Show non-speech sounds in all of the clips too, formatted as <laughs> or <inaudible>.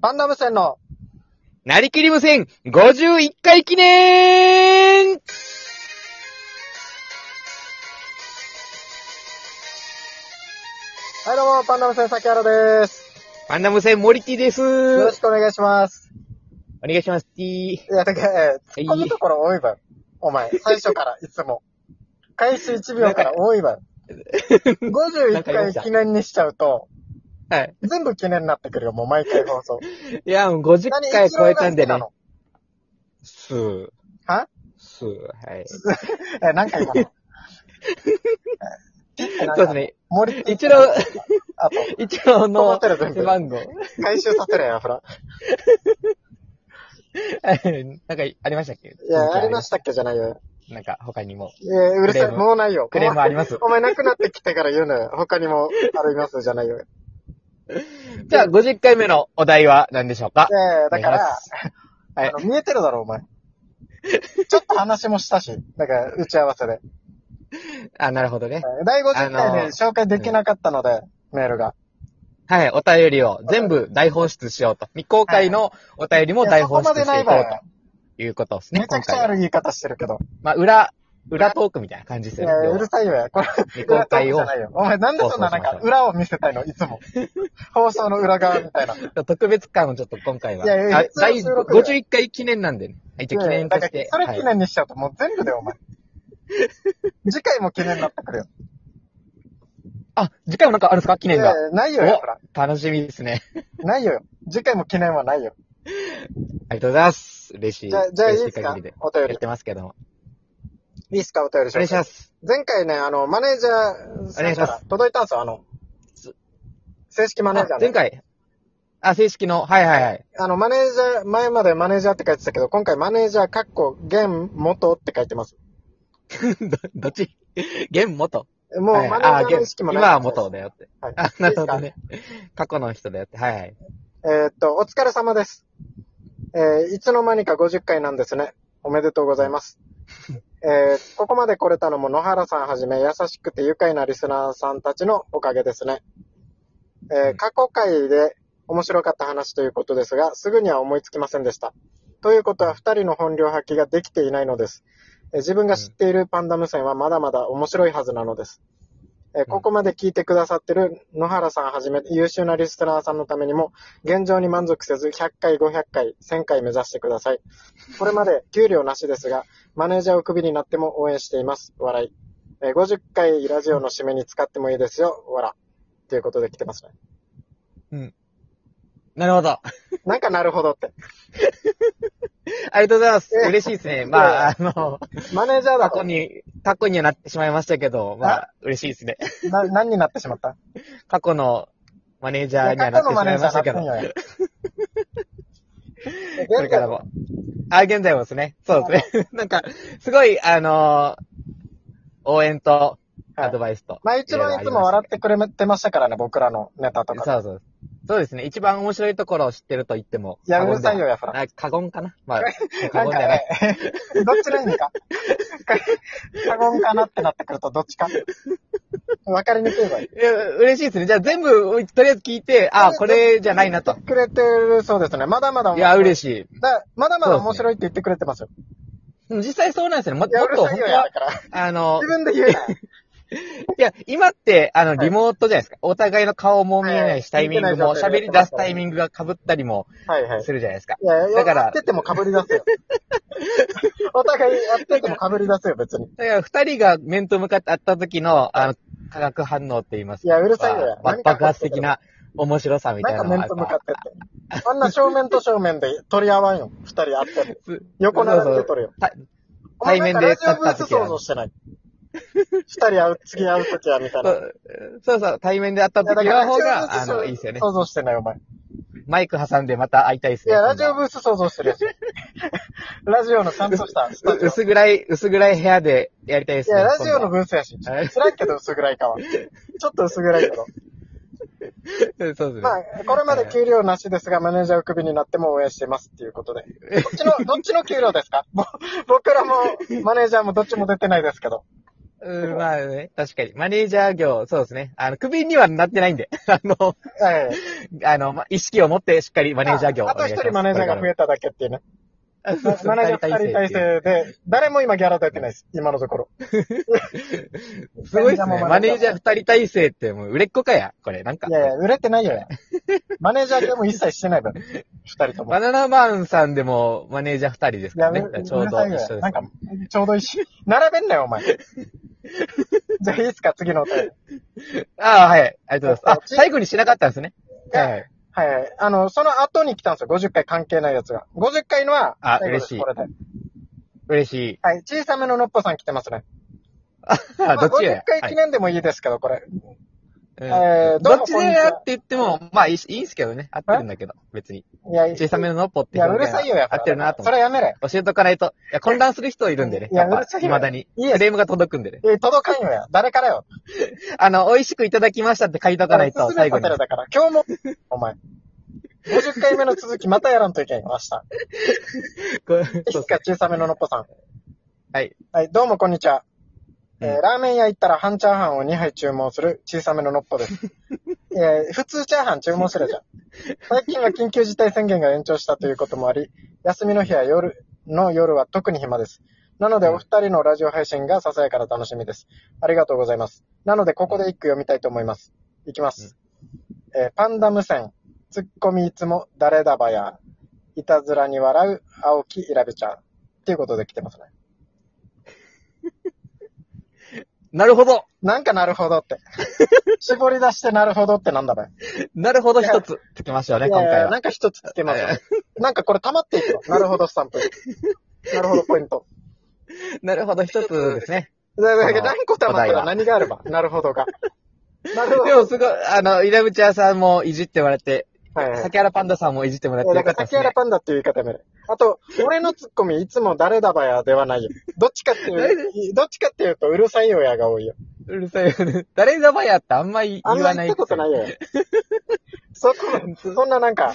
パンダ無線の、なりきり無線51回記念はいどうも、パンダ無線崎原です。パンダ無線モリティです。よろおしくお願いします。願いします。ティーいや、だけど、えーいい突っ込むところ多いわよ。お前、最初から、いつも。開始1秒から多いわ <laughs> よ。な51んか言いま回した記念にしちゃうと、はい。全部記念になってくるよ、もう毎回放 <laughs> 送。いや、もう50回超えたんでね何。すー。はすー。はい。一郎が好きなのえ、何 <laughs> 回今のそうですね。森って一郎、あと、一郎止まのってる全背部。番号。回収させるやん、ほら。はいなんか、ありましたっけいや、ありまししたっけじゃないよ。た。なんか、他にも。いや、うるさい、クレームもうないよ。クレームありますお前なくなってきてから言うのよ。他にもありますじゃないよ。じゃあ、50回目のお題は何でしょうかええだかお願いしらま、すはいあの、見えてるだろ、お前。ちょっと話もしたし、だから、打ち合わせで。はいあ、なるほどね。第50あ回のーで紹介できなかったので、メールが。はい、お便りを全部大放出しようと。未公開のお便りもいや大そこ放出ましてでいこないうわよ。ということですね。めちゃくちゃある言い方してるけど。まあ、裏、裏トークみたいな感じですいよや、ね。うるさいわよ。これ、未裏トー公ク開じをゃ、ないよ。お前なんでそんななん放送しかましょう裏を見せたいの、いつ <laughs> も。放送の裏側みたいな。特別感をちょっと今回は。いやいやいやあ第普通の収録だよ51回記念なんでね。はい、一応記いやいや念だとかしらて。それ記はい念にしちゃうともう全部だよ、お <laughs> 前。次回も記念になってくるよ。あ、次回もなんかあるんですか記いやい念が。やないよ、やっぱ楽しみですね。ないよ。次回も記念はないよ。ありがとうございます。嬉しい。じゃあ、じゃあいい嬉でしすいか限りで。お便やっり。てますけども。いいですかお便り。お願いしますす。前回ね、あの、マネージャーさんから届いたんですよ、あのす、正式マネージャーあね前回。あ、正式の。はいはい <laughs> はい。あの、マネージャー、前までマネージャーって書いてたけど、今回マネージャー、かっこ、現、元って書いてます。ど、どっち現元。もう、はいマネージャーの意現識もない。今は元。だよって。はい。あ、なるほどいい <laughs> ね。過去の人だよって。はいはい。ですか。えーっと、お疲れ様です。えーいつの間にか50回なんですね。おめでとうございます。えーここまで来れたのも野原さんはじめ優しくて愉快なリスナーさんたちのおかげですね。えー過去回で面白かった話ということですが、すぐには思いつきませんでした。ということは、二人の本領発揮ができていないのです。えー自分が知っているパンダ無線はまだまだ面白いはずなのです。えーここまで聞いてくださってる野原さんはじめ優秀なリスナーさんのためにも、現状に満足せず100回、500回、1000回目指してください。これまで給料なしですが、マネージャーをクビになっても応援しています。笑い。えー50回ラジオの締めに使ってもいいですよ。笑。ということで来てますね。なるほど。なんかなるほどって。ありがとうございますえ。え嬉しいですね。まあ、あの、マネージャーだ過ろ去に、過去にはなってしまいましたけど、まあ、嬉しいですね。な何になってしまった過去のマネージャー過にはな去っのてしマまネーいジャまーしだたっけ <laughs> たどん、や。これからも。あ、現在もですね。そうですね。 <laughs> なんか、すごい、あの応援とはいアドバイスと。まあ一番いつも笑ってくれてましたからね、僕らのネタとか。そうそう。そうですね。一番面白いところを知ってると言っても。いや、過う言るさいではよ、やフら。な。過言かな <laughs> まあ、過なんか言じゃない。ね、どっちの意味か。過言かなってなってくるとどっちか。わかりにくいわよ。いや嬉しいですね。じゃあ全部、とりあえず聞いて、あ、これじゃない <laughs> なと。くれてるそうですね。まだまだ面白いや、嬉しい。だまだまだ面白いって言ってくれてますよ。でも実際そうなんですよね。ももっいや、うるとさ本いよ当や、はだ、から。あの自、分で言うな。いや、今って、あの、はいリモートじゃないですか。お互いの顔も見えないし、はタいイミング見も、てない状態喋でり出すタイミングが被ったりもはいはい。するじゃないですか。いや、だからやってても被り出 <laughs> すよ。お互いやってても被り出すよ、別に。だから、二人が面と向かって会った時の、あの、化学反応って言いますいやうるさいよまあなんか爆発的な面白さみなたいんかなの面がと向かってって。あんな正面と正面で取り合わんよ、二人会って <laughs> る。つ横並びで取るよ。たお前対面でなんかラジオブー立スった時は想像してない。二人会う、次会う時は、みたいな。そいうそうそう、対面で会ったや時の方が、あ想の、像いいですよね。想像してない、お前。マイク挟んでまた会いたいでいすね。や、ラジオブース想像してるし。ラジオのちゃんとしたスタジオ。薄暗い、薄暗い部屋でやりたいでいすね。や、ラジオの今度はブースやし。知はいらんけど薄暗いかは。ちょっと薄暗いけど。そうですね。まあ、これまで給料なしですが、マネージャーをクビになっても応援していますっていうことで。ど <laughs> っちの、どっちの給料ですかぼ僕らも、マネージャーもどっちも出てないですけど。うん、まあね、確かに。マネージャー業、そうですね。あの、クビにはなってないんで、 <laughs> あの、ええ。あの、ま、意識を持ってしっかりマネージャー業をああと一人マネージャーが増ええただけっていうね。マネマネージャー二人体制で、誰も今ギャラ出てないです。今のところ。すごいですね。マネージャー二人体制ってもう売れっ子かや。これ、なんかい。やいや、売れてないよね。マネージャーでも一切してないだろ。二人とも。バナナマンさんでもマネージャー二人でいすや、からめね。めんちょうなさいど一よ緒です、なんか、ちょうど一緒。並べんなよ、お <laughs> 前。じゃあいいですか、次のお便り。ああ、はい。ありがとうございます。あ、最後にしなかったんですね。はい。はいはい。あの、その後に来たんですよ。50回関係ないやつが。50回のは、あ最後です嬉しいこれで。嬉しい。はい。小さめののっぽさん来てますね。あ、どっちやまあ50回記念でもいいですけど、これ。えうーんどどうもっちでやって言っても、まあいいしいいんすけどね。合ってるんだけど、別に。いや、小さめのノッポっいてや、う表る現さいよ、やっ合ぱ。ってるなとそ思っれやめれ。て。教えとかないと。いや、混乱する人いるんでね。いややっぱうるさいよ未だに。いいやクレームが届くんでね。えー、届かんよや。誰からよ。あの、美味しくいただきましたって書いとかないと、進め最た後てにる。だから、今日も、お前。50回目の続き、またやらんといけんよ、明日。こういいそ <laughs> っうすか、小さめののっぽさん。はい。はい、どうもこんにちは。えーうんラーメン屋行ったら半チャーハンを2杯注文する小さめののっぽ <laughs> です。えー普通チャーハン注文するじゃん。最近は緊急事態宣言が延長したということもあり、休みの日や夜の夜は特に暇です。なのでお二人のラジオ配信がささやかな楽しみです。ありがとうございます。なのでここで一句読みたいと思います。いきます。えーパンダ無線、ツッコミいつも誰だばや、いたずらに笑う青木イラベちゃん。っていうことで来てますね。なるほど。なんかなるほど <laughs> って。絞り出してなるほどってなんだろう。なるほど一つつきましょうね、今いやい回やなは。んか一つつけますよはいね。なんかこれ溜まっていく <laughs> の。なるほどスタンプ。なるほどポイント。なるほど一つですね。だだその何個溜まったら何があれば。なるほどが。 <laughs> なるほでもすごい、あの、イラブチャーさんもいじってもらって、ど。はいはい。酒原パンダさんもいじってもらってだか、よからったです竹原ね。パンダっていう言い方やめる。あと、俺のツッコミ、いつも誰だばやではないよ。どっちかっていう、どっちかっていうと、うるさいよやが多いよ。うるさいよね。誰だばやってあんまりあん言まわりな言いったことないよ。そこ、そんななんか、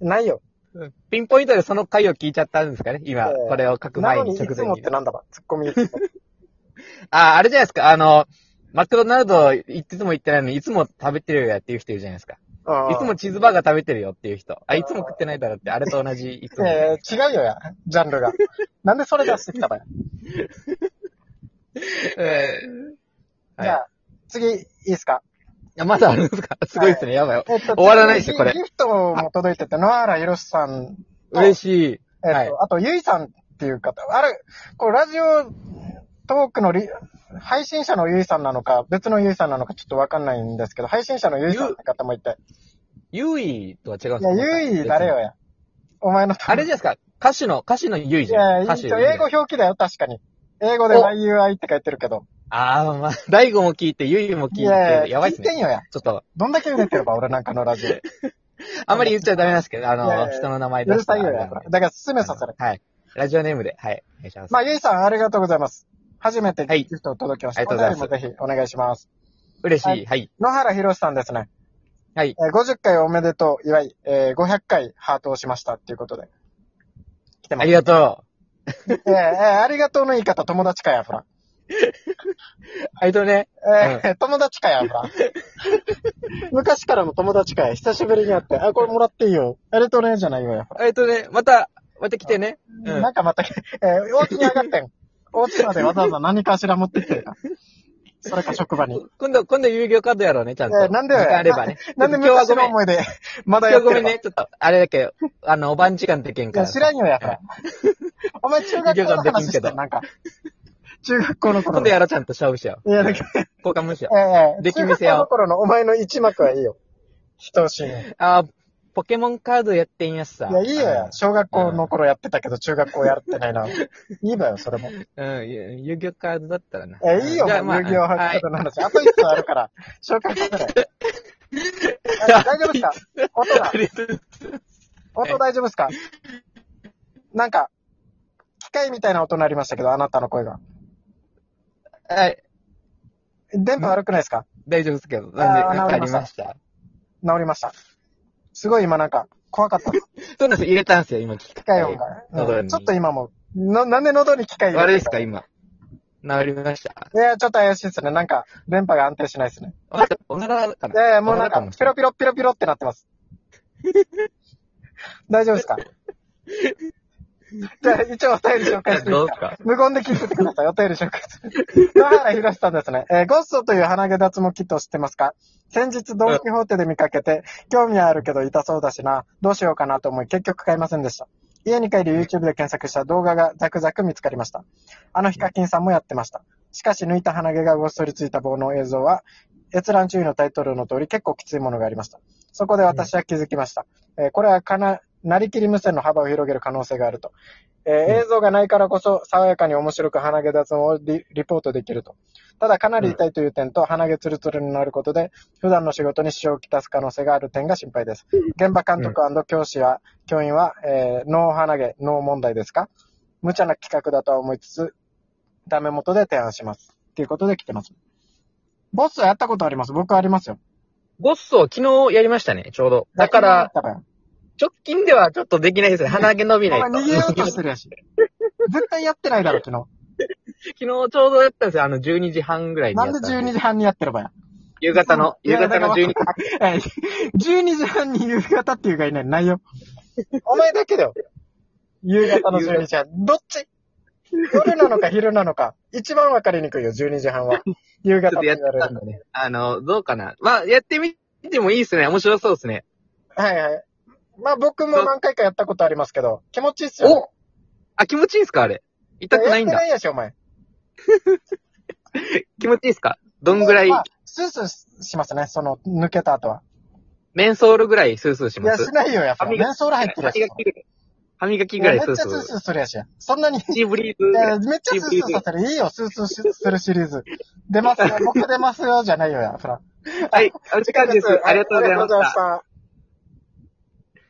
ないよ。うんピンポイントでその回を聞いちゃったんですかね今、ええこれを書くな前のに、に、い直つ前もっにて。なんだば、ツッ <laughs> コミいつも。あ、あれじゃないですか、あの、マクドナルド行ってても行ってないのに、いつも食べてるよやっていう人いるじゃないですか。ああいつもチーズバーガー食べてるよっていう人。あ、いつも食ってないだろって、あれと同じ、いつも。えー、違うよや、ジャンルが。なんでそれ出してきたばや。ええじゃあ、次、いいですかあまだあるんですかすごいですね、やばい。えっと終わらないですよ次これギフトも届いてて、野原ひろしさんと、嬉しい。えっと、はいあと、ゆいさんっていう方。あれ、これラジオトークのリ配信者のゆいさんなのか、別のゆいさんなのかちょっとわかんないんですけど、配信者のゆいさんって方もいて。ゆいとは違うんいですかや、ゆい誰よ。や。お前の友達あれじゃないですか歌手の、歌手のゆいいじゃなや、い歌手一応英語表記だよ、確かに。英語でお YUI って書いてるけど。ああ、まあ、大悟も聞いて、ゆいも聞いやいいて、やばいっ聞すいてね。んよや。ちょっと、どんだけ売れてれば、俺なんかの <laughs> ラジオ。うあんまり言っちゃダメなんですけど、あいやいの、や人の名前出るしたさらいよあや。れなんでだから、進めさせる。はい。ラジオネームで、はい。お願いします。まあ、ゆいさん、ありがとうございます。初めてはいギフトを届きました。ありがとうございますお便りもぜひお願いします。嬉し。はいはい。野原ひろしさんですね。はい。えー50回おめでとう、祝い、えー500回ハートをしましたっていうことで。来てまあす。りがとえーえーありがとうの言い方、友達かや、ほら。う。ありがとうね。えー友達かや、 <laughs> ほら。昔からの友達かや、久しぶりに会って、あ、これもらっていいよ。ありがとうね、じゃないよ、や、ほら。ありがとうね。また、また来てね。うんなんかまた、えー、お家に上がって <laughs> ん。お家までわざわざ何かしら持ってきてるな。それか職場に。今度、今度有料カードやろうね、ちゃんと。えーなんで時間あればね。なん <laughs> で今日は昔ごめのん。今思い出、まだや日ってごるめんね。ちょっと、あれだけ、あの、お晩時間でけんいかや、ら。知らんよ、やから。お前中学校の話して授業ができんける、どなんか。中学校の頃今の。度いやろう、ちゃんと勝負しよう。や、だけど、交換もしよう。ええ出来中見学せよう校の頃のお前の一幕はいいよ。等しいね。あー、ポケモンカードやってんやっさ。いや、いいようやん。小学校の頃やってたけど、中学校やってない <laughs> な。いいわよ、それも。うん、ゆ遊戯王カードだったらな。え、いいよ、じゃ遊あまあ戯王は博い士の話。あと一つあるから、紹介してくれ。 <laughs> あ大丈夫ですか音があ、りがとうござい音大丈夫ですかなんか、機械みたいな音鳴りましたけど、あなたの声が。ますはい。電波悪くないですか大丈夫ですけど。なんで、あーなん治かありりまましした。治りました。すごい今なんか、怖かった。機そうなんです、入れたんですよ、今、機械音が。喉うんにちょっと今も、な、なんで喉に機械が悪いですか、今。治りました。いや、ちょっと怪しいですね。なんか、電波が安定しないですね。お腹、お腹かいやいなや、もうなんか、ピロピロピロピロってなってます。 <laughs> 大丈夫 <laughs> ですかじゃあ、一応お便り紹介していいどですうですかか無言で聞いててください。お便り紹介する。野原ひろしさんですね。えーゴッソという鼻毛脱毛キットを知ってますか先日、ドンキホーテで見かけて、興味はあるけど痛そうだしな、どうしようかなと思い、結局買いませんでした。家に帰り YouTube で検索した動画がザクザク見つかりました。あのヒカキンさんもやってました。しかし、抜いた鼻毛がごっそりついた棒の映像は、閲覧注意のタイトルの通り結構きついものがありました。そこで私は気づきました。えーこれはかな、なりきり無線の幅を広げる可能性があると。えーうん映像がないからこそ、爽やかに面白く鼻毛脱毛をリリポートできると。ただ、かなり痛いという点と、鼻毛ツルツルになることで、普段の仕事に支障をきたす可能性がある点が心配です。現場監督教師や教員は、えー、ノー鼻毛、ノー問題ですか無茶な企画だとは思いつつ、ダメ元で提案します。っていうことで来てます。ボスはやったことあります。僕はありますよ。ゴッソ、昨日やりましたね、ちょうど。だから、だから、直近ではちょっとできないですね。鼻毛伸びないと。お前逃げようとしてるやし。絶対やってないだろ、昨 <laughs> 日。昨日ちょうどやったんですよ。あの、12時半ぐらいにやなっんたでんで。 12時半にやってればや。夕方の、い夕や方のだから12時半。え12時半に夕方っていうかいない内容。お前だけだよ。夕方の12時半。どっち夜なのか昼なのか。一番わかりにくいよ、12時半は。夕ち方っょってと言やわっれたるんだね。あの、どうかな。まあ、やってみてもいいですね。面白そうですね。はいはい。まあ僕も何回かやったことありますけど、気持ちいいっすよ、ね。あ、気持ちいいんすかあれ。痛くないんやっだて。ないやし、お前。気持ちいいんすかどんぐらいま、あスースーしますね、その、抜けた後は。メンソールぐらいスースーしいまや、すし。ないよ、やっぱ。歯メ磨きンソール入ってる歯や磨し。きぐらい。歯磨きぐめらっいちスゃスースースー。ーするやし。そんなに。チーブリーズぐいらやい。めっちゃスースーさせる。いいよ、スースーしするシリーズ。出ますよ、僕出ますよ、じゃないよや、そら。はい、お時間です。ありがとうございました。た。